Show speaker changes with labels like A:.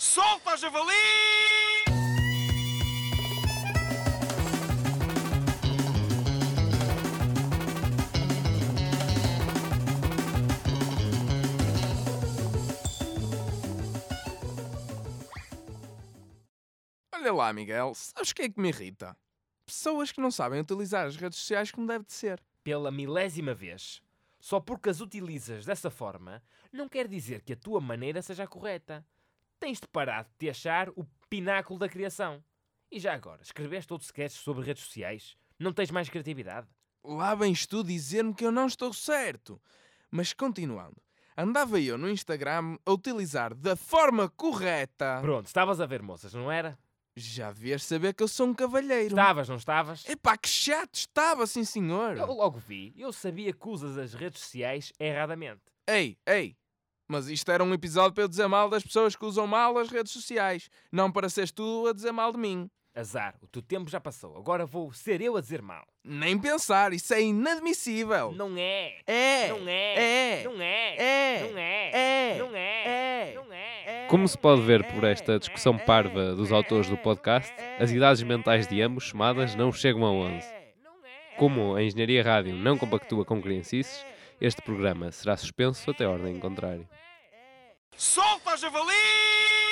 A: Solta, javali!
B: Olha lá, Miguel, sabes o que é que me irrita? Pessoas que não sabem utilizar as redes sociais como deve de ser.
C: Pela milésima vez. Só porque as utilizas dessa forma, não quer dizer que a tua maneira seja a correta. Tens de parar de te achar o pináculo da criação. E já agora, escreveste outros sketches sobre redes sociais? Não tens mais criatividade?
B: Lá vens tu dizer-me que eu não estou certo. Mas continuando, andava eu no Instagram a utilizar da forma correta.
C: Pronto, estavas a ver moças, não era?
B: Já devias saber que eu sou um cavalheiro.
C: Estavas, não estavas?
B: Epá, que chato estava, sim senhor.
C: Eu logo vi. Eu sabia que usas as redes sociais erradamente.
B: Ei, ei, mas isto era um episódio para eu dizer mal das pessoas que usam mal as redes sociais, não para seres tu a dizer mal de mim.
C: Azar, o teu tempo já passou. Agora vou ser eu a dizer mal.
B: Nem pensar, isso é inadmissível.
C: Não é.
B: É.
C: Não é.
B: É.
C: Não é.
B: É.
C: Não é.
B: É.
C: Não é.
B: É.
C: Não é.
D: Como se pode ver por esta discussão parva dos autores do podcast, as idades mentais de ambos somadas não chegam a 11.
C: Não é.
D: Como a Engenharia Rádio não compactua com criancices, este programa será suspenso até ordem contrária.
A: Solta, javali!